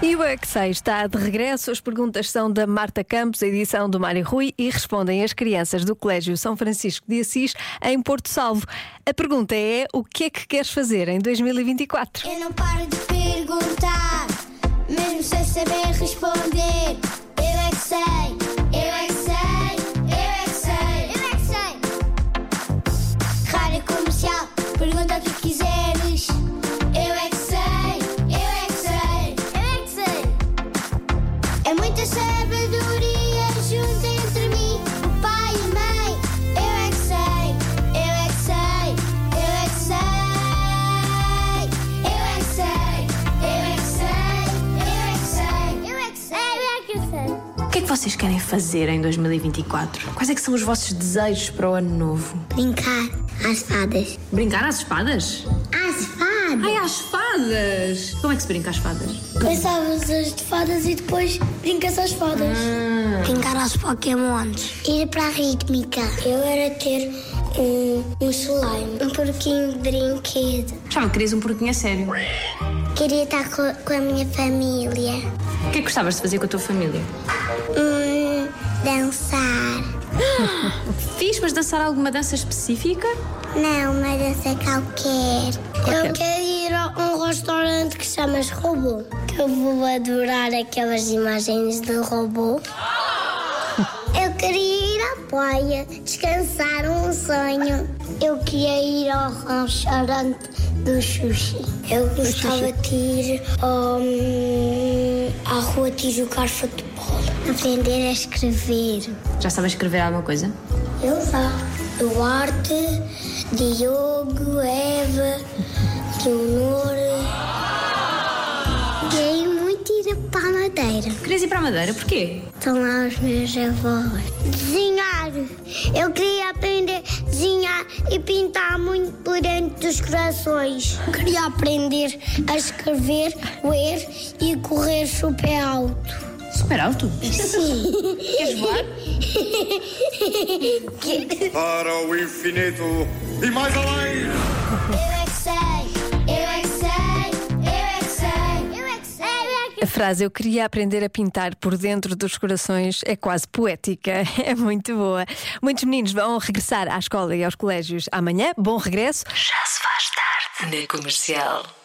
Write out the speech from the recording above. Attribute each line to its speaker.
Speaker 1: E o Exei está de regresso. As perguntas são da Marta Campos, a edição do Mário Rui, e respondem as crianças do Colégio São Francisco de Assis, em Porto Salvo. A pergunta é: o que é que queres fazer em 2024?
Speaker 2: Eu não paro de perguntar, mesmo sem saber responder. Eu é que sei, eu é que sei, eu é que sei, eu é que sei. Rádio comercial, pergunta o que quiseres. Eu é que sei, eu é que sei, eu é que sei. É muita sabedoria junto entre mim, o pai e a mãe. Eu é que sei, eu é que sei, eu é que sei. Eu é que sei, eu é que sei, eu é que sei. Eu é que sei, eu é que sei.
Speaker 3: O que é que vocês querem fazer em 2024? Quais é que são os vossos desejos para o ano novo?
Speaker 2: Brincar às fadas.
Speaker 3: Brincar às espadas?
Speaker 2: Às fadas?
Speaker 3: Ai, às fadas! Como é que se brinca às fadas?
Speaker 2: Passavas as de fadas e depois brincas às fadas. Brincar aos pokémons. Ir para a rítmica. Eu era ter um, um slime. Um porquinho de brinquedo.
Speaker 3: Achava que querias um porquinho a sério. O
Speaker 2: Queria estar co- com, a minha família.
Speaker 3: que é que gostavas de fazer com a tua família?
Speaker 2: Hum, dançar.
Speaker 3: Fiz, mas dançar alguma dança específica?
Speaker 2: Não, uma dança qualquer. Eu quero ir a um restaurante que chamas Robô. Que eu vou adorar aquelas imagens do robô. Eu queria ir à praia, descansar um sonho. Eu queria ir ao restaurante do sushi. Eu gostava de ir hum, à rua de jogar futebol. Aprender a escrever.
Speaker 3: Já sabes escrever alguma coisa?
Speaker 2: Eu vá. Duarte, Diogo, Eva, Leonor. Queria muito ir para a Madeira.
Speaker 3: Querias ir para a Madeira, porquê?
Speaker 2: Estão lá os meus avós. Desenhar. Eu queria aprender a desenhar e pintar muito por dentro dos corações. Queria aprender a escrever, ler e correr super alto.
Speaker 3: Super alto.
Speaker 2: Sim.
Speaker 3: Queres voar?
Speaker 4: para o infinito e mais além.
Speaker 2: Eu é que sei, eu é que sei, eu é que sei, eu é que sei, eu é que
Speaker 1: A frase Eu queria aprender a pintar por dentro dos corações é quase poética, é muito boa. Muitos meninos vão regressar à escola e aos colégios amanhã. Bom regresso.
Speaker 5: Já se faz tarde na comercial.